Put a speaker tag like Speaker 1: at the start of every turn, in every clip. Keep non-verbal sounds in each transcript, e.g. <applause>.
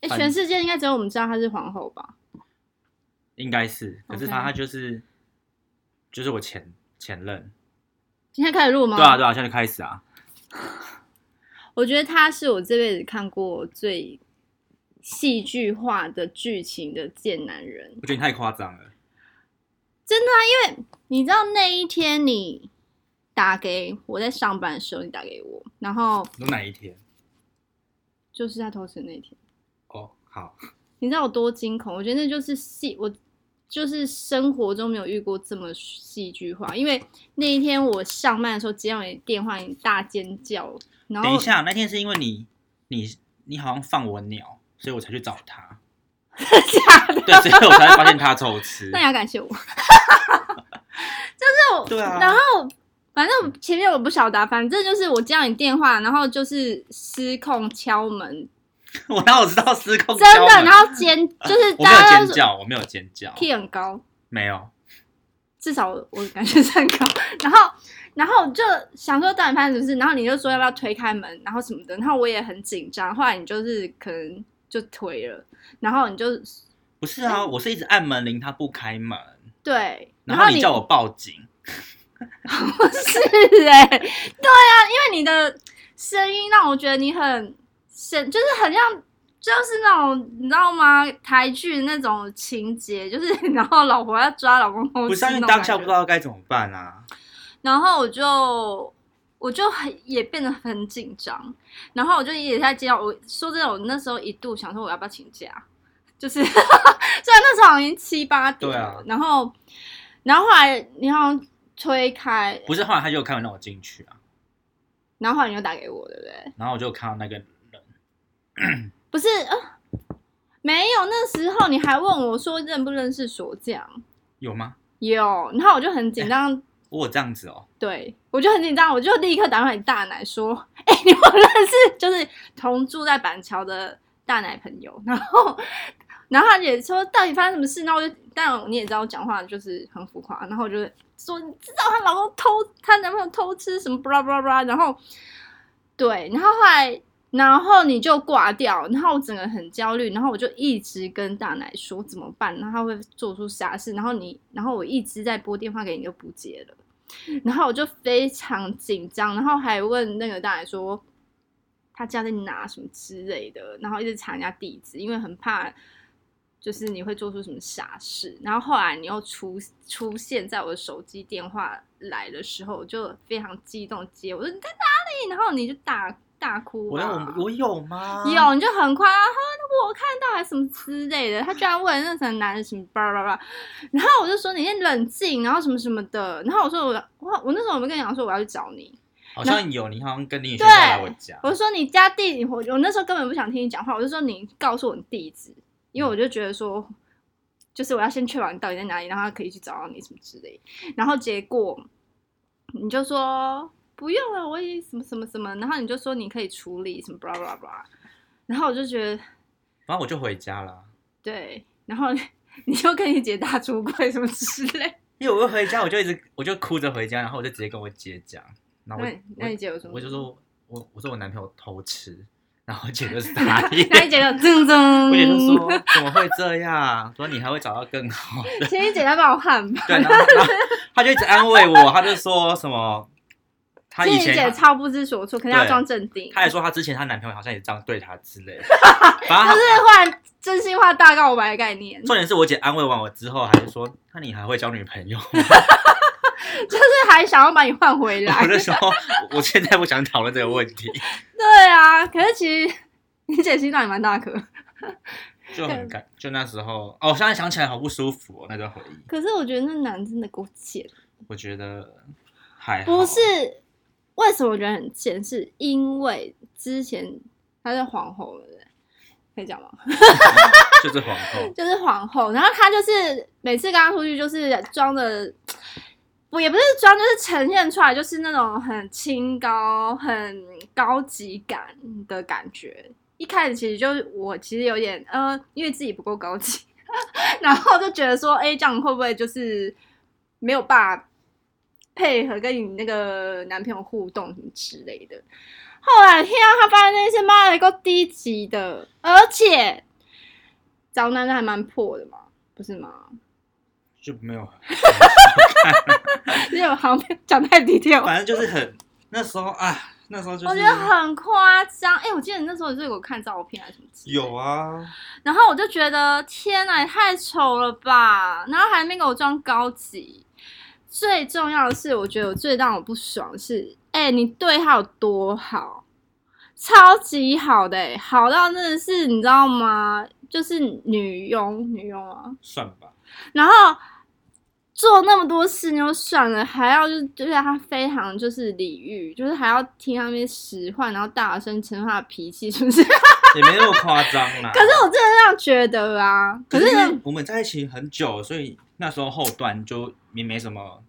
Speaker 1: 哎、全世界应该只有我们知道她是皇后吧？
Speaker 2: 应该是，可是他
Speaker 1: OK
Speaker 2: 他就是就是我前前任，
Speaker 1: 今天开始录吗？
Speaker 2: 对啊对啊，现在就开始啊，
Speaker 1: 我觉得她是我这辈子看过最戏剧化的剧情的贱男人。
Speaker 2: 我觉得你太夸张了，
Speaker 1: 你知道那一天你打给我在上班的时候，你打给我，然后
Speaker 2: 有哪一天？
Speaker 1: 就是他偷吃那一天，
Speaker 2: 哦，好，
Speaker 1: 你知道我多惊恐？我觉得那就是戏，我就是生活中没有遇过这么戏剧化。因为那一天我上班的时候接到你的电话，你大尖叫，然后
Speaker 2: 等一
Speaker 1: <laughs>
Speaker 2: 下，那天是因为你你你好像放我鸟，所以我才去找他，
Speaker 1: 假的，
Speaker 2: 对，所以我才发现他偷
Speaker 1: <laughs>
Speaker 2: 吃
Speaker 1: 那。也要感谢我。
Speaker 2: 对啊，
Speaker 1: 然后反正前面我不晓得啊，反正就是我接到你电话，然后就是失控敲门，
Speaker 2: 我哪有知道失控？
Speaker 1: 真的，然后尖
Speaker 2: <laughs>
Speaker 1: 就是
Speaker 2: 我没有
Speaker 1: 大家
Speaker 2: 尖
Speaker 1: 都
Speaker 2: 叫，我没有尖叫，
Speaker 1: key 很高，
Speaker 2: 没有。
Speaker 1: 至少我我感觉是很高。然后， <laughs> 然后我就想说到底发生什么事，然后你就说要不要推开门，然后什么的，然后我也很紧张。后来你就是可能就推了，然后你就
Speaker 2: 不是啊，我是一直按门铃，他不开门，
Speaker 1: 对，
Speaker 2: 然
Speaker 1: 后
Speaker 2: 后你叫我报警，
Speaker 1: 不是哎、对啊，因为你的声音让我觉得你很声，就是很像。就是那种你知道吗？台剧那种情节，就是 <laughs> 然后老婆要抓老公偷
Speaker 2: 不
Speaker 1: 吃
Speaker 2: 是啊因
Speaker 1: 那
Speaker 2: 为
Speaker 1: 种
Speaker 2: 当下
Speaker 1: 感
Speaker 2: 不知
Speaker 1: 觉，
Speaker 2: 道该怎么办啊。
Speaker 1: 然后我就我就很也变得很紧张，然后我就也在接到我说真的，我那时候一度想说我要不要请假，就是 <laughs> 虽然那时候好像已经七八点了，
Speaker 2: 对啊
Speaker 1: 然后然后后来你好像推开，
Speaker 2: 不是，后来他就开门让我进去啊，
Speaker 1: 然后后来你又打给我，对不对？
Speaker 2: 然后我就看到那个人，
Speaker 1: 不是，呃、没有。那时候你还问我说认不认识锁匠，
Speaker 2: 有吗？
Speaker 1: 有，然后我就很紧张，
Speaker 2: 我有这样子哦，
Speaker 1: 对我就很紧张，我就立刻打电话给大奶说，哎、你我认识，就是同住在板桥的大奶朋友，然后。然后他也说到底发生什么事，然后我就，但你也知道我讲话就是很浮夸，然后我就说你知道她老公偷她男朋友偷吃什么巴拉巴拉巴拉，然后对，然后后来然后你就挂掉，然后我整个很焦虑，然后我就一直跟大奶说怎么办，然后他会做出傻事，然后你然后我一直在拨电话给你又不接了。然后我就非常紧张，然后还问那个大奶说他家在哪什么之类的，然后一直查人家地址，因为很怕就是你会做出什么傻事。然后后来你又出出现在我的手机电话来的时候，我就非常激动接，我说你在哪里？然后你就大大哭、
Speaker 2: 我
Speaker 1: 啊，
Speaker 2: 有我有吗？
Speaker 1: 有，你就很快啊，呵我看到还什么之类的，他居然问那什么男的什么叭叭叭，然后我就说你先冷静，然后什么什么的，然后我说我我我那时候有没有跟你讲说我要去找你？
Speaker 2: 好像有，你好像跟林宇轩
Speaker 1: 对
Speaker 2: 来我家，
Speaker 1: 我就说你家地址，我我那时候根本不想听你讲话，我就说你告诉我你地址，因为我就觉得说，就是我要先确保你到底在哪里，然后可以去找到你什么之类的。然后结果你就说不用了，我已经什么什么什么，然后你就说你可以处理什么 blah blah blah，然后我就觉得。
Speaker 2: 然后我就回家了。
Speaker 1: 对，然后 <laughs> 你就跟你姐大出柜什么之类。
Speaker 2: 因为我一回家，我就一直我就哭着回家，然后我就直接跟我姐讲，然
Speaker 1: 那
Speaker 2: 后啊我
Speaker 1: 你那你姐有什
Speaker 2: 我
Speaker 1: 么？
Speaker 2: 我就，说我我说我男朋友偷吃，然后我姐就傻眼，
Speaker 1: <laughs> 那你嗯姐就铮铮。
Speaker 2: 我姐就说怎么会这样？说你还会找到更好的，
Speaker 1: 其实你姐在帮我喊吧。
Speaker 2: 对，然后然后她就一直安慰我，她就说什么，她
Speaker 1: 其实
Speaker 2: 以
Speaker 1: 你姐
Speaker 2: 前啊
Speaker 1: 超不知所措，可是她
Speaker 2: 对
Speaker 1: 装镇定。
Speaker 2: 她还说她之前她男朋友好像也这样对她之
Speaker 1: <laughs>
Speaker 2: 类的，反
Speaker 1: 就
Speaker 2: 正她
Speaker 1: 是换真心话大告白的概念，
Speaker 2: 重点是我姐安慰完我之后，还是说那你还会交女朋友吗？
Speaker 1: 就是还想要把你换回来
Speaker 2: 我。那时候我现在不想讨论这个问题，
Speaker 1: 对啊，可是其实你姐心脏也蛮大颗。
Speaker 2: 就很感，就那时候哦，我现在想起来好不舒服哦，那段回忆，
Speaker 1: 可是我觉得那男真的够贱。
Speaker 2: 我觉得还好
Speaker 1: 不是为什么我觉得很贱，是因为之前她是皇后，对不对可以讲吗？
Speaker 2: 就是皇后，
Speaker 1: 就是皇后，然后她就是每次跟她出去就是装的，不也不是装，就是呈现出来就是那种很清高、很高级感的感觉。一开始其实就是我其实有点呃，因为自己不够高级， <laughs> 然后就觉得说，哎、这样会不会就是没有办法配合跟你那个男朋友互动什么之类的？后来听到他发现那些妈的够低级的，而且宅男还蛮破的嘛，不是吗？
Speaker 2: 就没有，
Speaker 1: 因为我好像讲太低调，
Speaker 2: 反正就是很那时候啊，那时候就
Speaker 1: 我
Speaker 2: 是
Speaker 1: 觉得很夸张。哎、我记得你那时候就有看照片还是什么之类的
Speaker 2: 有啊，
Speaker 1: 然后我就觉得天啊哪，也太丑了吧！然后还没给我装高级。最重要的是，我觉得我最让我不爽的是，哎、你对他有多好，超级好的、哎好到真的是你知道吗？就是女佣，女佣啊，
Speaker 2: 算吧，
Speaker 1: 然后做那么多事你就算了，还要就是对他非常就是礼遇，就是还要听他那边使唤，然后大声称他的脾气，是不 <laughs> 是？可
Speaker 2: 也没那么夸张啦。可
Speaker 1: 是我真的这样觉得啊，可
Speaker 2: 可
Speaker 1: 是
Speaker 2: 是因为我们在一起很久，所以那时候后段就也没什么。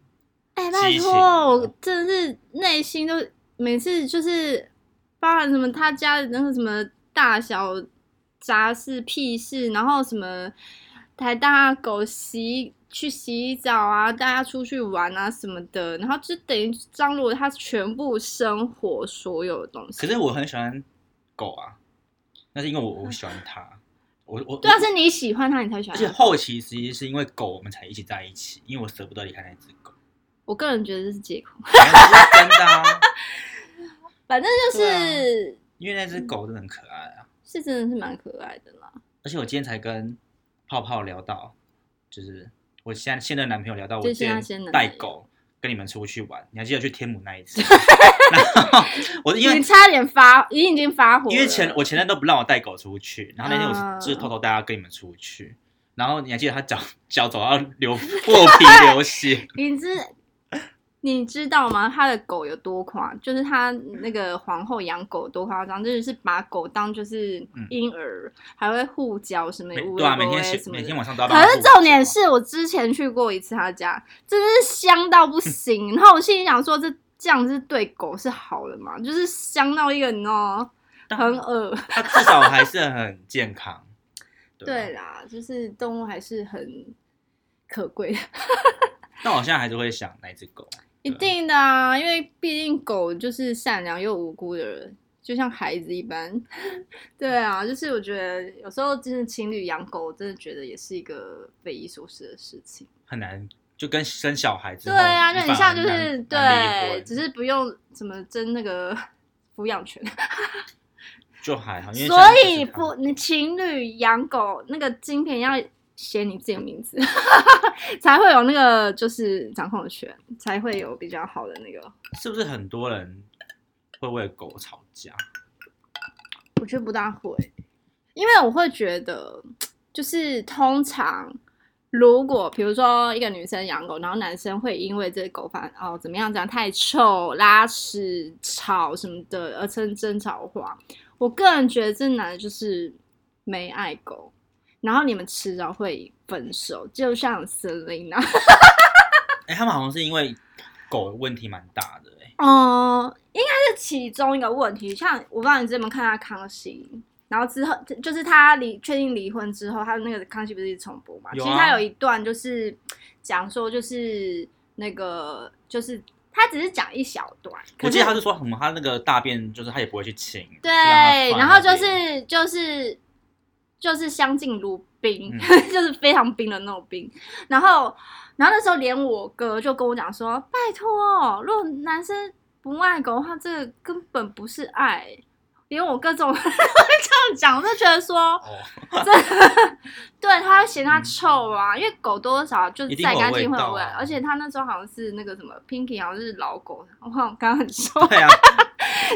Speaker 1: 哎、拜
Speaker 2: 激
Speaker 1: 托，
Speaker 2: 情嗯
Speaker 1: 我真的是内心都每次就是，包含什么他家的那个什么大小杂事屁事，然后什么还带他狗洗去洗澡啊，带他出去玩啊什么的，然后就等于张罗他全部生活所有的东西。
Speaker 2: 可是我很喜欢狗啊，那是因为我我喜欢它，我我
Speaker 1: 嗯对啊，是你喜欢他，你才喜
Speaker 2: 而
Speaker 1: 欢
Speaker 2: 且
Speaker 1: 他。
Speaker 2: 后期其实是因为狗我们才一起在一起，因为我舍不得离开那只狗，
Speaker 1: 我个人觉得这是借口，
Speaker 2: 没有这是真的啊，
Speaker 1: 反正就是、
Speaker 2: 对啊因为那只狗真的很可爱啊。
Speaker 1: 是真的是蛮可爱的啦，
Speaker 2: 而且我今天才跟泡泡聊到，就是我现在现任男朋友聊到我
Speaker 1: 就是
Speaker 2: 之
Speaker 1: 现在现
Speaker 2: 前
Speaker 1: 任
Speaker 2: 带
Speaker 1: 男友
Speaker 2: 狗跟你们出去玩，你还记得去天母那
Speaker 1: <laughs>
Speaker 2: 一次？然后我因为
Speaker 1: 你差点发，你已经发火了，
Speaker 2: 因为前我前任都不让我带狗出去，然后那天我
Speaker 1: 嗯
Speaker 2: 是就是偷偷带他跟你们出去，然后你还记得他脚 <laughs> 脚走到流破皮流血，
Speaker 1: 你知你知道吗？他的狗有多狂？就是他那个皇后养狗多夸张，真的是把狗当就是
Speaker 2: 嗯
Speaker 1: 婴儿，还会护脚什么
Speaker 2: 每
Speaker 1: 的，
Speaker 2: 对啊，每
Speaker 1: 乌龟
Speaker 2: 天
Speaker 1: 什
Speaker 2: 洗
Speaker 1: 么
Speaker 2: 每
Speaker 1: 的
Speaker 2: 天。晚上都要帮
Speaker 1: 可
Speaker 2: 他
Speaker 1: 是
Speaker 2: 护
Speaker 1: 重点
Speaker 2: 脚
Speaker 1: 是我之前去过一次他家，真的是香到不行。然后我心里想说，这这样是对狗是好的嘛？就是香到一个你知道吗
Speaker 2: 但
Speaker 1: 很恶。
Speaker 2: 他至少还是很健康。
Speaker 1: 对
Speaker 2: 啊，
Speaker 1: 啦，就是动物还是很可贵的。
Speaker 2: 但我现在还是会想那只狗。
Speaker 1: 一定的啊，因为毕竟狗就是善良又无辜的人，就像孩子一般。 <laughs> 对啊，就是我觉得有时候真的情侣养狗，我真的觉得也是一个匪夷所思的事情。
Speaker 2: 很难，就跟生小孩之
Speaker 1: 对
Speaker 2: 后，
Speaker 1: 啊，就很
Speaker 2: 你反
Speaker 1: 像
Speaker 2: 而
Speaker 1: 就是
Speaker 2: 难难离
Speaker 1: 对，
Speaker 2: 婚
Speaker 1: 只是不用怎么争那个 <laughs> 抚养权，
Speaker 2: 就还好，因为
Speaker 1: 所
Speaker 2: 像就是
Speaker 1: 以
Speaker 2: 他
Speaker 1: 不，你情侣养狗那个精品要写你自己的名字， <laughs> 才会有那个就是掌控权，才会有比较好的那个。
Speaker 2: 是不是很多人会为狗吵架？
Speaker 1: 我觉得不大会，因为我会觉得，就是通常如果比如说一个女生养狗，然后男生会因为这个狗反哦怎么样怎样太臭、拉屎、吵什么的而争争吵的话，我个人觉得这男的就是没爱狗，然后你们迟早会分手，就像 Selina，
Speaker 2: 哎、他们好像是因为狗的问题蛮大的、哎，
Speaker 1: 嗯，应该是其中一个问题。像我不知道你之前有没有看他康熙，然后之后就是他离确定离婚之后，他的那个康熙不是一直重播嘛？
Speaker 2: 有啊
Speaker 1: 其实他有一段就是讲说，就是那个就是他只是讲一小段，
Speaker 2: 我
Speaker 1: 可
Speaker 2: 记
Speaker 1: 是
Speaker 2: 得他是说什么，他那个大便就是他也不会去清，
Speaker 1: 对
Speaker 2: 就让它，放
Speaker 1: 然后
Speaker 2: 在
Speaker 1: 就 <laughs>
Speaker 2: 那边
Speaker 1: 是就是就是相敬如宾，
Speaker 2: 嗯
Speaker 1: <laughs> 就是非常冰的那种冰。然后然后那时候连我哥就跟我讲说，拜托，哦如果男生不爱狗的话，这个根本不是爱。连我哥这种 <laughs> 会这样讲，我就觉得说，
Speaker 2: 哦，
Speaker 1: 对他会嫌它臭啊，因为狗多多少少就是
Speaker 2: 嗯一定
Speaker 1: 再
Speaker 2: 会有
Speaker 1: 干净会
Speaker 2: 味
Speaker 1: 有
Speaker 2: 道
Speaker 1: 味，
Speaker 2: 啊
Speaker 1: 而且他那时候好像是那个什么 Pinky，好像是老狗，我好像刚刚很瘦，
Speaker 2: 对啊，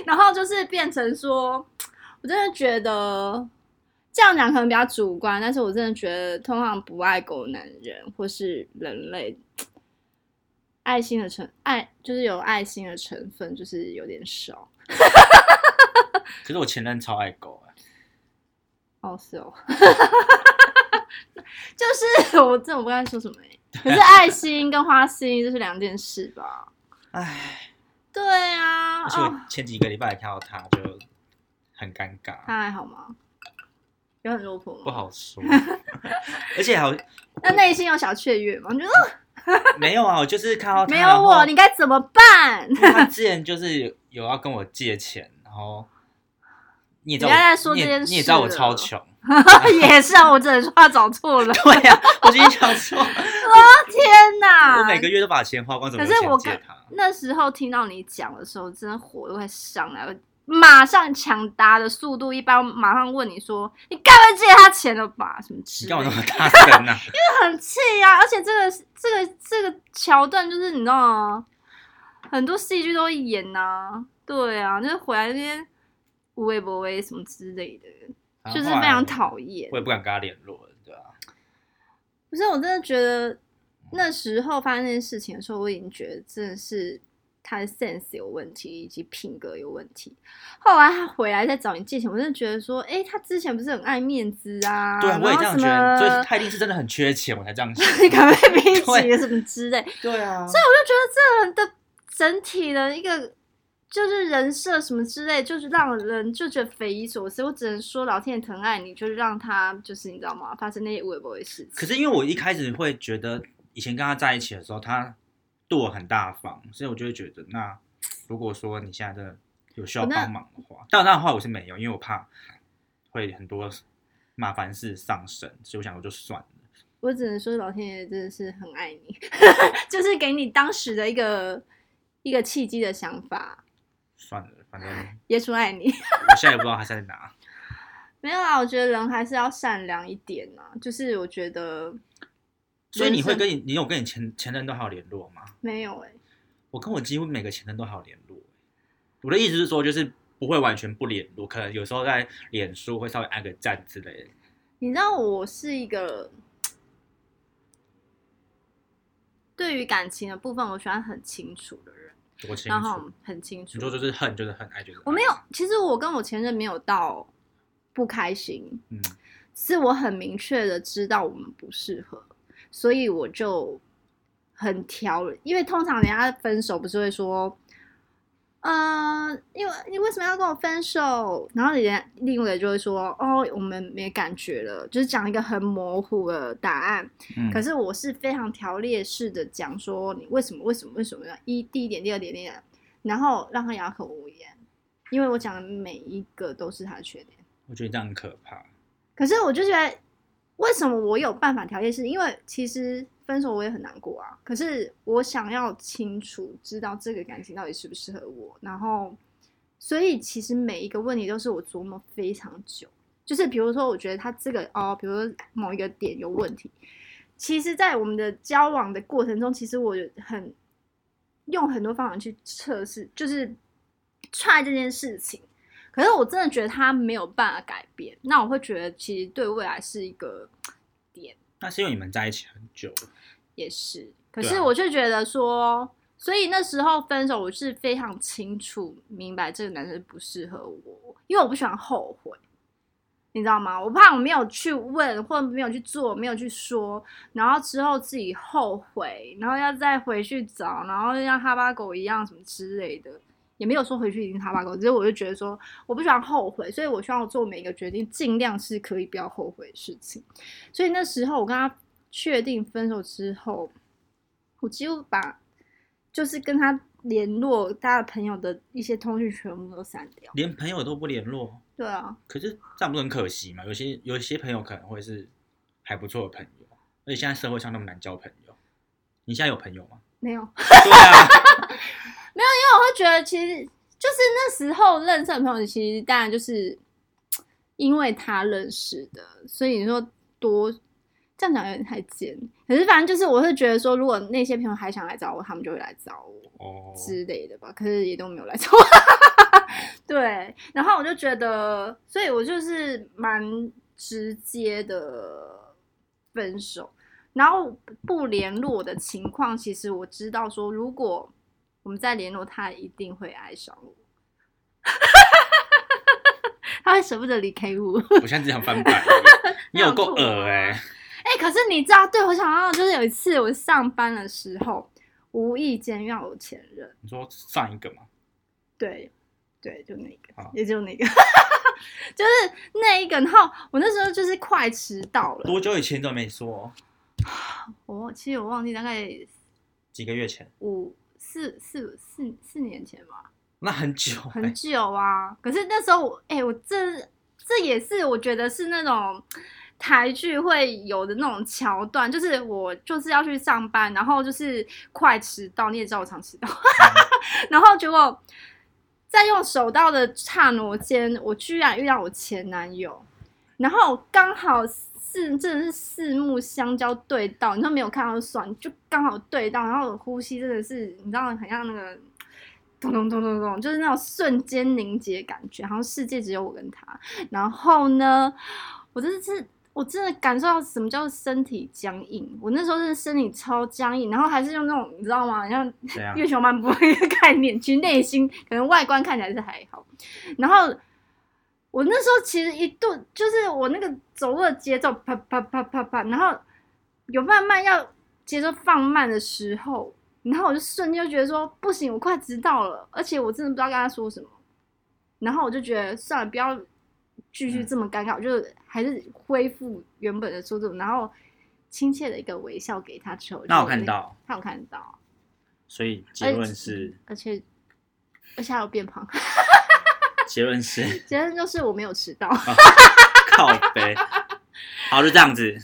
Speaker 1: 然后就是变成说，我真的觉得这样讲可能比较主观，但是我真的觉得，通常不爱狗的男人或是人类，爱心的成爱就是有爱心的成分，就是有点少。
Speaker 2: 可是我前任超爱狗、哎，
Speaker 1: 哦，是哦， <laughs> 就是我这我不该说什么、欸、可是爱心跟花心就是两件事吧？
Speaker 2: 哎，
Speaker 1: 对啊，
Speaker 2: 而且
Speaker 1: 哦
Speaker 2: 我，前几个礼拜也看到他就很尴尬，
Speaker 1: 他还好吗？有很落魄吗？
Speaker 2: 不。好说， <laughs> 而且好
Speaker 1: 那内心有小雀跃吗？你觉得哦
Speaker 2: 没有啊，我就是看到他
Speaker 1: 没有我，你。
Speaker 2: 然后
Speaker 1: 该怎么
Speaker 2: <laughs>
Speaker 1: 办？
Speaker 2: 因为他之前就是有要跟我借钱，然后你也知道
Speaker 1: 你不要再
Speaker 2: 我
Speaker 1: 说
Speaker 2: 你也
Speaker 1: 这件事
Speaker 2: 你也知道我
Speaker 1: 了
Speaker 2: 超穷， <laughs>
Speaker 1: 也是啊，我只能说他找错了。
Speaker 2: 对呀、我今天想说，
Speaker 1: <laughs> 天哪！
Speaker 2: 我每个月都把钱花光，怎么有
Speaker 1: 可是我
Speaker 2: 钱借他？
Speaker 1: 那时候听到你讲的时候，真的火都快上来了，马上抢答的速度，一般马上问你说：“你该不会借他钱了吧？”什么之
Speaker 2: 你
Speaker 1: 类
Speaker 2: 干
Speaker 1: 的，
Speaker 2: 嘛那么大声呢、
Speaker 1: 很气啊！而且这个这个这个桥段，就是你知道吗？很多戏剧都会演呐、对啊，就是回来那边无微不微什么之类的，
Speaker 2: 啊？
Speaker 1: <laughs> 就是
Speaker 2: 后来
Speaker 1: 非常讨厌
Speaker 2: 我。也不敢跟他联络了，对吧、啊
Speaker 1: 不是，我真的觉得那时候发生这件事情的时候，我已经觉得真的是他的 sense 有问题，以及品格有问题。后来他回来再找你借钱，我真的觉得说，哎、他之前不是很爱面子啊，
Speaker 2: 对啊，
Speaker 1: 然
Speaker 2: 我也
Speaker 1: 后
Speaker 2: 这样
Speaker 1: 什
Speaker 2: 觉得，所以
Speaker 1: 么
Speaker 2: 他一定是真的很缺钱，我才这
Speaker 1: <laughs>
Speaker 2: 样
Speaker 1: 你
Speaker 2: 想。
Speaker 1: 敢被逼
Speaker 2: <laughs> 对
Speaker 1: 急什么之类，
Speaker 2: 对啊，
Speaker 1: 我就觉得这人的整体的一个就是人设什么之类，就是让人就觉得匪夷所思。我只能说老天爷疼爱你，就是让他就是你知道吗？发生那些无微不微事情。
Speaker 2: 可是因为我一开始会觉得，以前跟他在一起的时候，他对我很大方，所以我就会觉得，那如果说你现在真的有需要
Speaker 1: 哦那
Speaker 2: 帮忙的话，但那话我是没有，因为我怕会很多麻烦事上身，所以我想我就算了。
Speaker 1: 我只能说，老天爷真的是很爱
Speaker 2: <laughs>
Speaker 1: 你，就是给你当时的一个一个契机的想法。
Speaker 2: 算了，反正我
Speaker 1: 耶稣爱你， <laughs>
Speaker 2: 现在也不知道他在哪。
Speaker 1: 没有啊？我觉得人还是要善良一点啊。就是我觉得
Speaker 2: 所以你会
Speaker 1: 人生
Speaker 2: 跟你，你有跟你前前任都还有联络吗？
Speaker 1: 没有哎、
Speaker 2: 我跟我几乎每个前任都还有联络。欸我的意思是说，就是不会完全不联络，可能有时候在脸书会稍微按个赞之类的。
Speaker 1: 你知道我是一个对于感情的部分，我喜欢很清楚的人，
Speaker 2: 我清
Speaker 1: 然
Speaker 2: 楚
Speaker 1: 后。很清楚
Speaker 2: 你。说就是恨，就是恨，爱就是爱
Speaker 1: 我没有，，其实我跟我前任没有到不开心，
Speaker 2: 嗯，
Speaker 1: 是我很明确的知道我们不适合，所以我就很挑了。因为通常人家分手不是会说，呃，因为你为什么要跟我分手？然后人家另外一个就会说，哦，我们没感觉了，就是讲一个很模糊的答案。
Speaker 2: 嗯
Speaker 1: 可是我是非常条列式的讲说，你为什么为什么为什么要一第一点，第二点，第二点，然后让他哑口无言，因为我讲的每一个都是他的缺点。
Speaker 2: 我觉得这样很可怕。
Speaker 1: 可是我就觉得，为什么我有办法调节是因为其实分手我也很难过啊。可是我想要清楚知道这个感情到底适不适合我，然后，所以其实每一个问题都是我琢磨非常久。就是比如说，我觉得他这个哦，比如说某一个点有问题，其实，在我们的交往的过程中，其实我很用很多方法去测试，就是踹这件事情。可是我真的觉得他没有办法改变，那我会觉得其实对未来是一个点，
Speaker 2: 那是因为你们在一起很久了，
Speaker 1: 也是。可
Speaker 2: 对
Speaker 1: 是
Speaker 2: 啊
Speaker 1: 我就觉得说，所以那时候分手，我是非常清楚明白这个男生不适合我，因为我不喜欢后悔，你知道吗？我怕我没有去问，或没有去做，没有去说，然后之后自己后悔，然后要再回去找，然后像哈巴狗一样什么之类的，也没有说回去一定哈巴狗，只是我就觉得说我不喜欢后悔，所以我希望我做每一个决定尽量是可以不要后悔的事情。所以那时候我跟他确定分手之后，我几乎把就是跟他联络他的朋友的一些通讯全部都删掉。
Speaker 2: 连朋友都不联络，
Speaker 1: 对啊，
Speaker 2: 可是这样不是很可惜吗？有些有些朋友可能会是还不错的朋友，而且现在社会上那么难交朋友，你现在有朋友吗？ <laughs>
Speaker 1: 没 <laughs> 有，
Speaker 2: 对啊，
Speaker 1: 我会觉得其实就是那时候认识的朋友，其实当然就是因为他认识的，所以你说多这样讲有点太尖。可是反正就是我会觉得说，如果那些朋友还想来找我，他们就会来找我。
Speaker 2: 哦，
Speaker 1: 之类的吧，可是也都没有来找我。 <laughs> 对，然后我就觉得，所以我就是蛮直接的分手，然后不联络的情况，其实我知道说，如果我们再联络，他一定会爱上我， <laughs> 他会舍不得离开我。 <laughs>
Speaker 2: 我现在只想翻白眼，你有够恶哎、
Speaker 1: 哎、可是你知道，对我想到就是有一次我上班的时候，无意间遇到我前任。
Speaker 2: 你说上一个嘛，
Speaker 1: 对，对，就那个，
Speaker 2: 好
Speaker 1: 也就那个， <laughs> 就是那一个。然后我那时候就是快迟到了，
Speaker 2: 多久以前都没说？
Speaker 1: 我忘其实我忘记大概
Speaker 2: 几个月前，
Speaker 1: 五四四四四年前吧，
Speaker 2: 那很久、欸，
Speaker 1: 很久啊。可是那时候我，哎、我真这也是我觉得是那种台剧会有的那种桥段，就是我就是要去上班，然后就是快迟到，你也知道我常迟到， <laughs> 然后结果在用手刀的刹那间，我居然遇到我前男友，然后刚好四真的是四目相交对到，你都没有看到就算，就刚好对到，然后我呼吸真的是你知道很像那个。咚咚咚咚咚，就是那种瞬间凝结的感觉，好像世界只有我跟他。然后呢，我真的是，我真的感受到什么叫身体僵硬。我那时候是身体超僵硬，然后还是用那种你知道吗？像
Speaker 2: 对啊，
Speaker 1: 月球漫步的概念，其实内心可能外观看起来是还好。然后我那时候其实一度就是我那个走路的节奏啪啪啪啪啪，然后有慢慢要节奏放慢的时候，然后我就瞬间就觉得说不行，我快迟到了，而且我真的不知道跟他说什么。然后我就觉得算了，不要继续这么尴尬，我就还是恢复原本的速度，然后亲切的一个微笑给他之后，
Speaker 2: 那我看，到，
Speaker 1: 他有看到。
Speaker 2: 所以结论
Speaker 1: <laughs>
Speaker 2: 是，
Speaker 1: 而且而且还有变胖， <laughs>
Speaker 2: 结论是
Speaker 1: 结论就是我没有迟到。
Speaker 2: 靠背。好，就这样子。